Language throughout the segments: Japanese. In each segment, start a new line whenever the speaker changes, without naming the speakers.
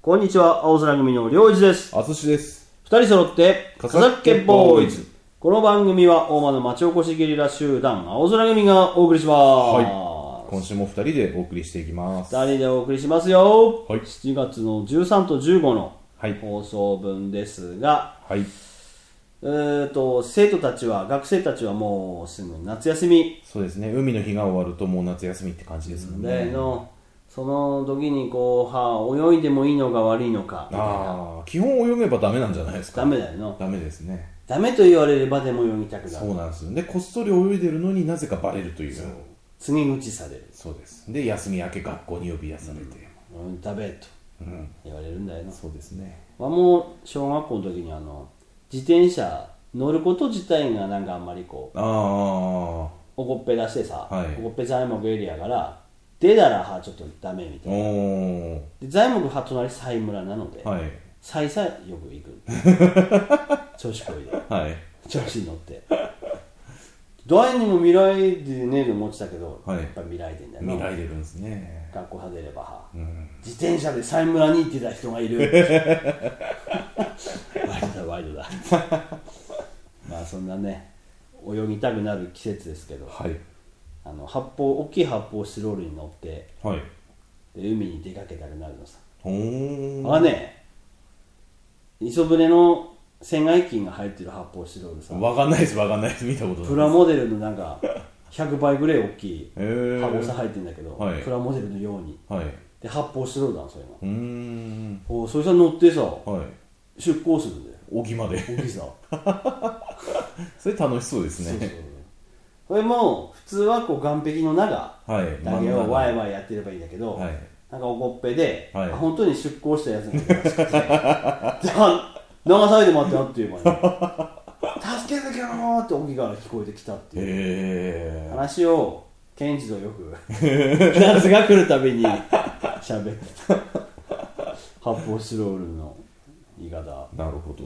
こんにちは、青空組の良一です。
あつしです。
二人揃って、
カ
カ
ザ
ザ
ッ
ッ
ケ
ケ
ボ
ボ
ー
ー
イ
イ
ズ
ズ。この番組は、大間の町おこしゲリラ集団、青空組がお送りしま
今週も二人でお送りしていきます
す。。二、人でお送りしますよ。
はい
7月の13と15の
はい
放送分ですが、
はい。
えーと、生徒たちは、学生たちはもうすぐ夏休み
そうですね。海の日が終わるともう夏休みって感じですもん
で
ね。
の、その時にこう、はあ、泳いでもいいのか悪いのか、
ああ、基本泳げばダメなんじゃないですか。
ダメだよな。
ダメですね。
ダメと言われればでも泳ぎたくな
そ
る。
うなんですよ。で、こっそり泳いでるのになぜかバレるという。そう
告げ口される。
です。で、休み明け学校に呼び出されて。
うん、食べと
うん。
言われるんだよな
そうですね。
わも小学校の時にあの自転車乗ること自体がなんかあんまりこう
ああ、
おこっぺ出してさ、
はい
おこっぺ材木エリアから出たらはちょっとダメみたい
お
な
ー。
で材木は隣西村なので、
はい。
さいさいよく行く 調子こいで
はい。
調子に乗って第二の未来でねえと思ってたけど、
はい
やっぱ未来でんだよな
見られるんですね。
学校外れればは
うん。
自転車で西村に行ってた人がい るワイドだワイドだ まあそんなね泳ぎたくなる季節ですけど
はい。
あの発泡大きい発泡スチロールに乗って
はい。
で海に出かけたくなるのさ、
おー。
あね磯船の船外金が入ってる発泡スチロールさ
わかんないです、わかんないです。見たことない。
プラモデルのなんか100倍ぐらい大きい
へー
箱さ入ってるんだけど、
はい
プラモデルのように
はい。
で発泡スチロールなのそれが
うーん。
おそれさ乗ってさ
はい。
出航するんだよ
沖まで。
大きさ
それ楽しそうです
そうそう
ね。
これも普通はこう岸壁の中
はい。
だけをワイワイやってればいいんだけど、
はい
なんかおこっぺで、
はい
あ本当に出航したやつなんだらしくてじゃあ流されて待ってなっていう間に助けてけよーって沖から聞こえてきたっていう
へー。
話をケンジとよ く夏が来るたびに喋ってた発泡スチロールの言い方
なるほど。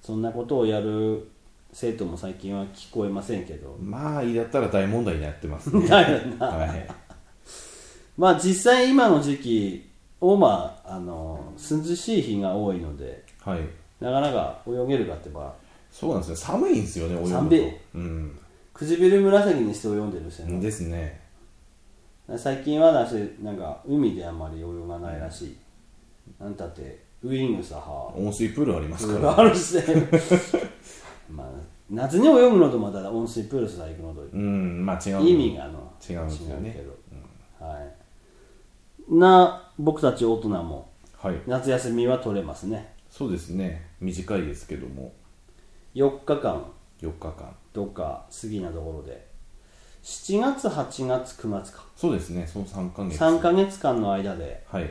そんなことをやる生徒も最近は聞こえませんけど、
まあ、いだったら大問題になってますね。
だよな
はい。
まあ実際今の時期をまああの涼しい日が多いので
はい。
なかなか泳げるかってば
そうなんですよ。寒いんですよね、泳ぐと。
寒い
うん。
唇紫にして泳んでるしね、
ですね。
最近はだしなんか海であんまり泳がないらしい、なんたってウイングさは
温水 プールありますから。
あるしね まあ夏に泳ぐのとまた温水プールさ行くのと
うん、まあ違う。
意味があの
違うんですよね
違けど、はいな僕たち大人も
はい。
夏休みは取れますね
そうですね。短いですけども、
4日間
4日間。
どっか過ぎなところで7月8月9月か
そうですね、その3ヶ月。
3ヶ月間の間で
はい。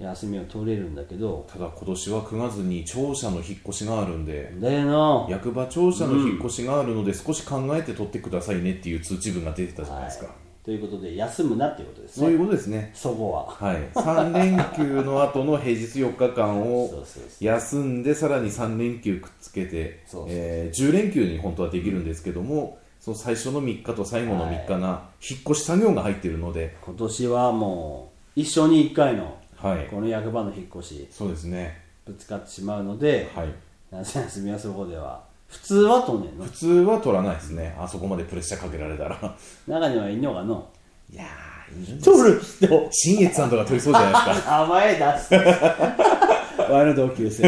休みを取れるんだけど
ただ今年は9月に庁舎の引っ越しがあるんで、
だよな
役場庁舎の引っ越しがあるので、少し考えて取ってくださいねっていう通知文が出てたじゃないですか、
ということで休むなっていうことです
そうい
ね
うことですね、
そこは
はい、3連休の後の平日4日間
そう
を
そうそう
休んで、さらに3連休くっつけて
そうそう、そう
えー10連休に本当はできるんですけども、その最初の3日と最後の3日が、引っ越し作業が入っているので、
今年はもう一生に1回の
はい、
この役場の引っ越し
そうですね、
ぶつかってしまうので
はい、
夏休みはそこでは普通は取んねんの
普通は取らないですね、あそこまでプレッシャーかけられたら。
中にはいんのがの
いやー、いるんです
取る人
新越さんとか取りそうじゃない ですか。
名前出す我の同級生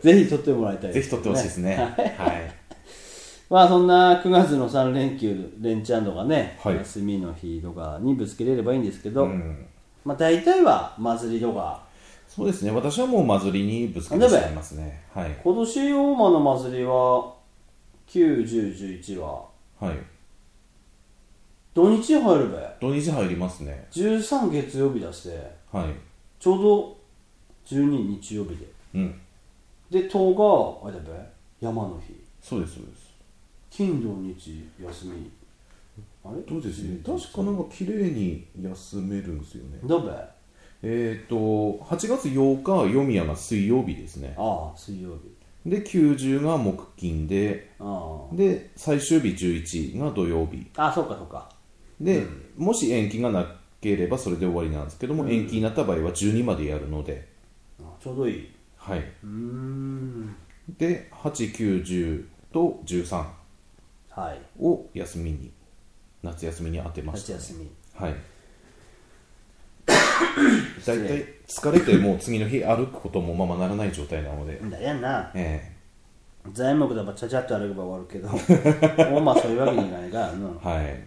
ぜひ撮ってもらいたい
ぜひ撮ってほしいですね。はい。
まあそんな9月の3連休連チャンとかね、
はい
休みの日とかにぶつけれればいいんですけど、
うん
まあ大体は祭りとか
そうですね。私はもう祭りにぶつけてしまいますね。はい。
今年大間の祭りは91011は
はい。
土日入るべ
土日入りますね。
13月曜日出して
はい。
ちょうど12日曜日
うん。
でで10日あれだべ山の日
そうです、そうです。
金土日休みあれ
どうですね。確かなんか綺麗に休めるんですよね。
だべあ
えっ、ー、と、8月8日、読みが水曜日ですね。
あ水曜日
で、90が木金で、
あ
で、最終日11が土曜日。
ああそうかそうか
で、もし延期がなければそれで終わりなんですけども、延期になった場合は12までやるので、
あちょうどいい。
はい、
うーん。
で8910と13
はい。
を休みに夏休みに当てまし
夏
た、ね、
休み。
はい大体疲れてもう次の日歩くこともままならない状態なので、
だやんな。
え
材木だばちゃちゃっと歩けば終わるけど、 もうまあそういうわけにいかないから、うん、う
えはい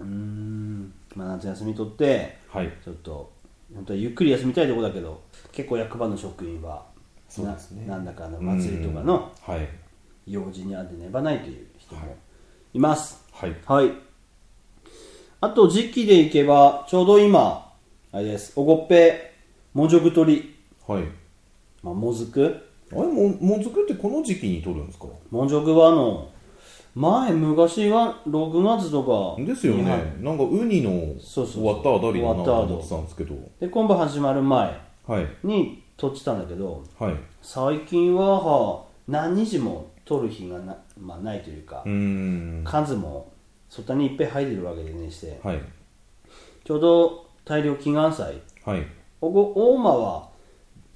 ーん。まあ夏休み取って、
はい
ちょっと、本当はゆっくり休みたいとこだけど、結構役場の職員は、
そうですね
ななんだかの祭りとかの
うんはい
用事にあってねばないという人もいます。
はい
はい。あと時期でいけば、ちょうど今、あれです、おごっぺ、もじょぐとり、
はい
まあ、もずく。
あれももずくってこの時期に取るんですか
もじょぐはあの、前、昔は6月とか。
ですよね、なんかウニの
そうそうそう
終わったあたりだな
終
と
わった後
思ってたんですけど
で、今晩始まる前
はい
に撮ってたんだけど、
はい
最近は、は何日も撮る日がな,、まあ、ないというか、
うーん
数もそんなにいっぺん入ってるわけでねして、
はい
ちょうど大量祈願祭
はい
おご大間は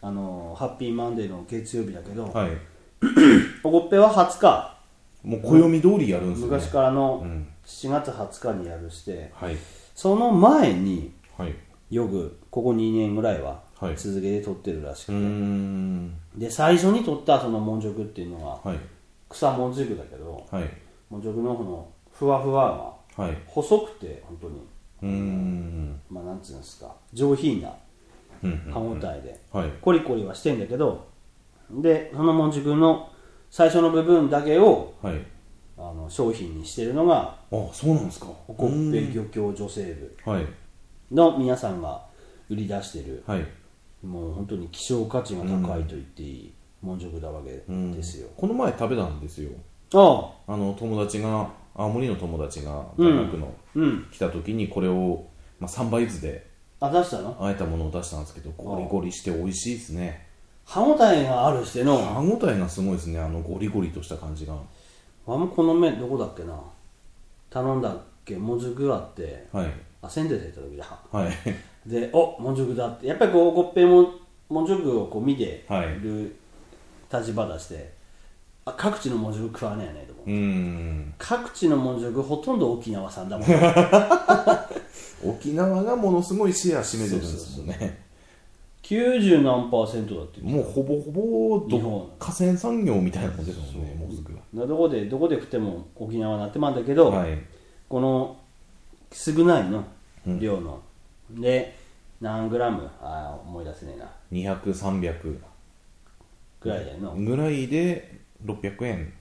あのハッピーマンデーの月曜日だけど、
はい
おごっぺは20日
もう暦通りやるんですね
昔からの
うん
7月20日にやるして
はい
その前に
はい
ヨグここ2年ぐらいは
はい
続けて撮ってるらしく
う
て、
ーん
で最初に撮ったそのもんじょくっていうのは
はい
草もんじゅくだけど
はい
もんじょくのこのふわふわは
はい
細くて本当に
うーん
まあなんつうんですか上品な
うん
歯応えで
はい
コリコリはしてんだけどでそのもんじゅくの最初の部分だけを
はい
あの商品にしてるのが
あそうなんですか
おこっぺ漁協女性部
はい
の皆さんが売り出してる
はい
もう本当に希少価値が高いと言っていいもんじゅくだわけ
うん
ですよ、
この前食べたんですよ
ああ
あの友達が青森の友達が大学の、
うん
来た時にこれを、まあ、3倍ずつで
あ出したの
あえたものを出したんですけどゴリゴリして美味しいですね
歯応えがあるしての
歯応えがすごいですねあのゴリゴリとした感じが
わもこの目どこだっけな頼んだっけもんじゅくあって
はい
あ仙台で行った時だ
はい
でおもんじゅくだってやっぱりこうごっぺももんじゅくをこう見て
はい
る立場だして、あ各地のもんじゅく食わねえやねと思う、
うーん
各地のもんじゅくほとんど沖縄産だ もんだ
沖縄がものすごいシェア占めてるんですよね
90何パーセントだって
もうほぼほぼ
日
ど
本
河川産業みたいなもんですもんねもずく
などこでどこで食っても沖縄になってまんだけど、
がはい
この少ないの量の、で何グラムあー思い出せねえな
200300
ぐらいだよの、
ぐらいで600円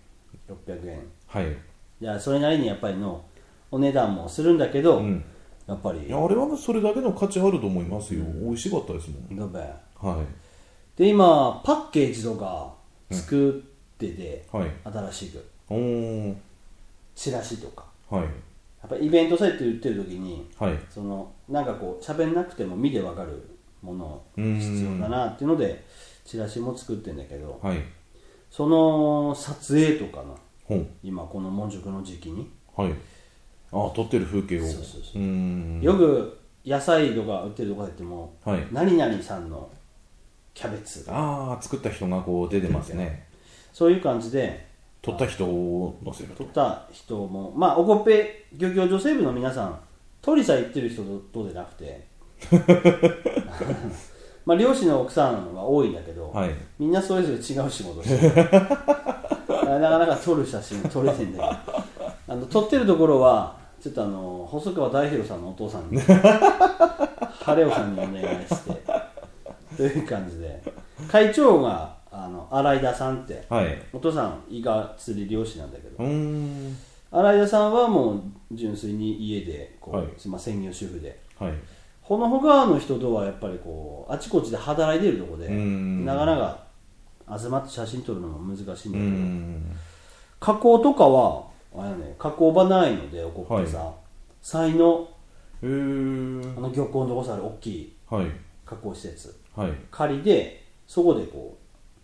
600円
はい
じゃあそれなりにやっぱりのお値段もするんだけど、
うん
やっぱり
いやあれはそれだけの価値あると思いますよ、美味しかったですもん
どべ
は
で今パッケージとか作ってて、
いはい
新しく
おー
チラシとか
はい
やっぱりイベントサイト売ってる時に
はい
そのなんかこう喋んなくても見てわかるもの必要だなっていうのでチラシも作ってんだけど
はい
その撮影とかの
ほん
今この門塾の時期に
はいあ撮ってる風景を
そうそうそう
ーん
よく野菜とか売ってるとこ行っても
はい
何々さんのキャベツが
ああ作った人がこう出てますね
そういう感じで
撮った人を載せる
撮っ
と
た人もまあおこっぺ漁協女性部の皆さん鳥さん行ってる人とでなくて まあ漁師の奥さんは多いんだけど、
はい
みんなそれぞれ違う仕事をしてる だからなかなか撮る写真撮れてんだけど あの撮ってるところはちょっとあの細川大弘さんのお父さんに 晴夫さんにお願いしてという感じで会長があの新井田さんって
はい
お父さんイカ釣り漁師なんだけど
うーん
新井田さんはもう純粋に家でこう、
はい
まあ専業主婦で
はい
ほのほかの人とはやっぱりこうあちこちで働いてるとこで
うん
なかなか集まって写真撮るのも難しいん
う
だ
ー
けど、
ん
加工とかはあれ、ね、加工場ないのでおこってさ、才能
えー
あの漁港のとこさある大きい
はい
加工施設
はい
借りでそこでこう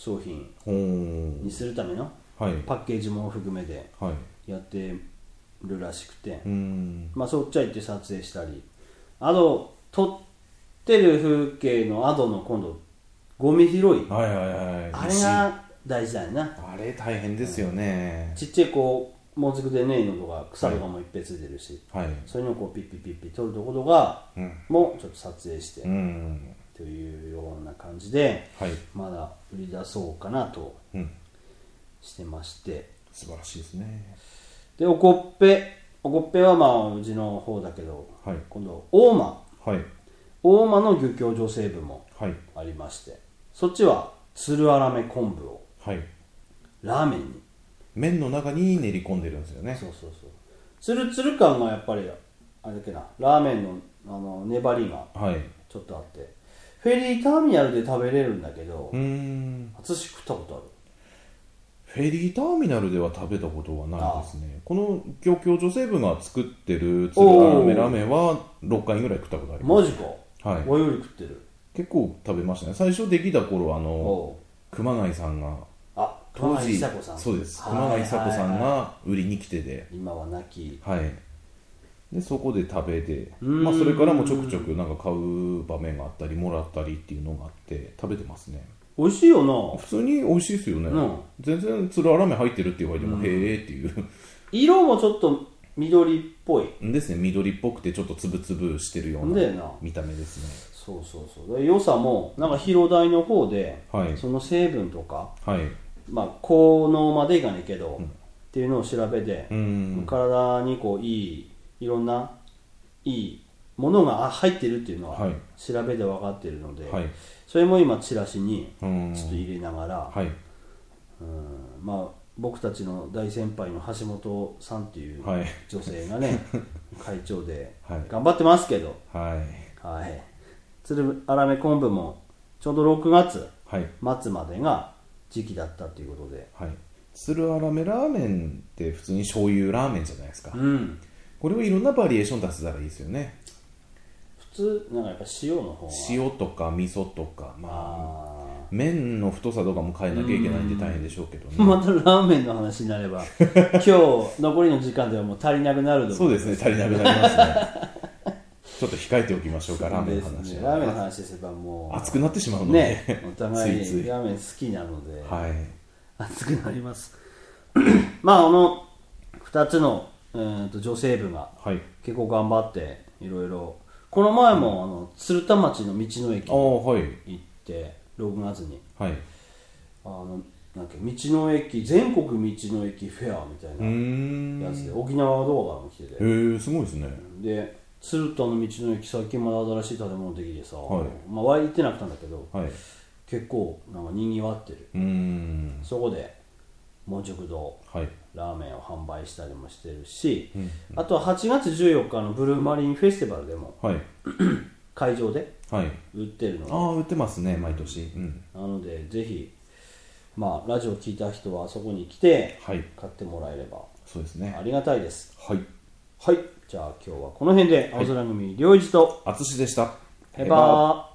商品
ほー
にするための
はい
パッケージも含めて
はい
やってるらしくて、
うーん
まあ、そっちゃ行って撮影したりあと撮ってる風景の後の今度ゴミ拾い
はいはいはい
あれが大事だよな
あれ大変ですよね、
ちっちゃいこうもずくでねえのとか草とかもいっぺんついてるし、
はい
それのこうピッピッピッピッ撮るところが
うん
もちょっと撮影して
うん
というような感じで
はい、
まだ売り出そうかなと
うん、
してまして
素晴らしいですね
でおこっぺおこっぺはまあうちの方だけど
はい
今度大間
はい
大間の漁協女性部も
はい
ありましてそっちは鶴あらめ昆布を
はい
ラーメンに
麺の中に練り込んでるんですよね
そうそうそうつるつる感がやっぱりあれだっけなラーメンのあの粘りが
はい
ちょっとあってフェリーターミナルで食べれるんだけど
うーん
淳食ったことある
フェリーターミナルでは食べたことはないですねこの漁協女性部が作ってる鶴ラーメンラーメンは6回ぐらい食ったことありま
マジか、
す、はい、
おより食ってる
結構食べましたね最初できた頃あの
おう
熊谷さんが
あ
当
熊谷
時
久子さん
そうです
はい
熊谷久子さ
は
ん
いはい
が売りに来てて
今は亡き
はいでそこで食べて、
うーん
まあ、それからもちょくちょくなんか買う場面があったりもらったりっていうのがあって食べてますね
美味しいよ
普通に美味しいですよね、
うん
全然つるあらめ入ってるって言われても、へえっていう
な色もちょっと緑っぽい
ですね緑っぽくてちょっとつぶつぶしてるよう
だよ
な
な
見た目ですね
そうそうそうで良さもなんか広大の方で、
はい
その成分とか
はい
まあ効能までいかないけど、っていうのを調べて
う、ん
体にこういいいろんないいものがあ入ってるっていうのは
はい
調べて分かってるので、
はい
それも今チラシに
うん
ちょっと入れながら、
はい
うんまあ僕たちの大先輩の橋本さんっていう
はい
女性が ね、会長で
はい
頑張ってますけど、
はい
はい、鶴あらめ昆布もちょうど6月
はい
末までが時期だったということで、
はい鶴あらめラーメンって普通に醤油ラーメンじゃないですか、
うん、
これをいろんなバリエーション出せたらいいですよね
普通なんかやっぱ塩の方が
塩とか味噌とかまあ
あー
麺の太さとかも変えなきゃいけないんで大変でしょうけどね
またラーメンの話になれ ば今日残りの時間ではもう足りなくなると
そう
う
ですね足りなくなりますね ちょっと控えておきましょうかラーメンの
です
話
ねラ
は
ーメンの話すればもう
熱くなってしまうので、
ね お互
つい
い
つい
ラーメン好きなので
はい
熱くなります まあこの2つのうーんと女性部が
はい
結構頑張っていろいろこの前もあの鶴田町の道の駅
ああはい
行って6月に
はい
あのなんか道の駅全国道の駅フェアみたいう
ー
なんやつで沖縄動画も来てて
えー、すごいですね
で鶴田の道の駅最近まだ新しい建物できてさ、
はい
まあは行ってなくたんだけど
はい
結構なんかにぎわってる
うーん
そこでもんじゅく堂
はい
ラーメンを販売したりもしてるし、あとは8月14日のブルーマリンフェスティバルでも
はい
会場で
はい
売ってるので
ああ売ってますね毎年うん
なのでぜひまあラジオ聞いた人はそこに来て
はい
買ってもらえれば
そうですね
ありがたいです
はい
はいじゃあ今日はこの辺で青空組良一と
淳でした
ヘバー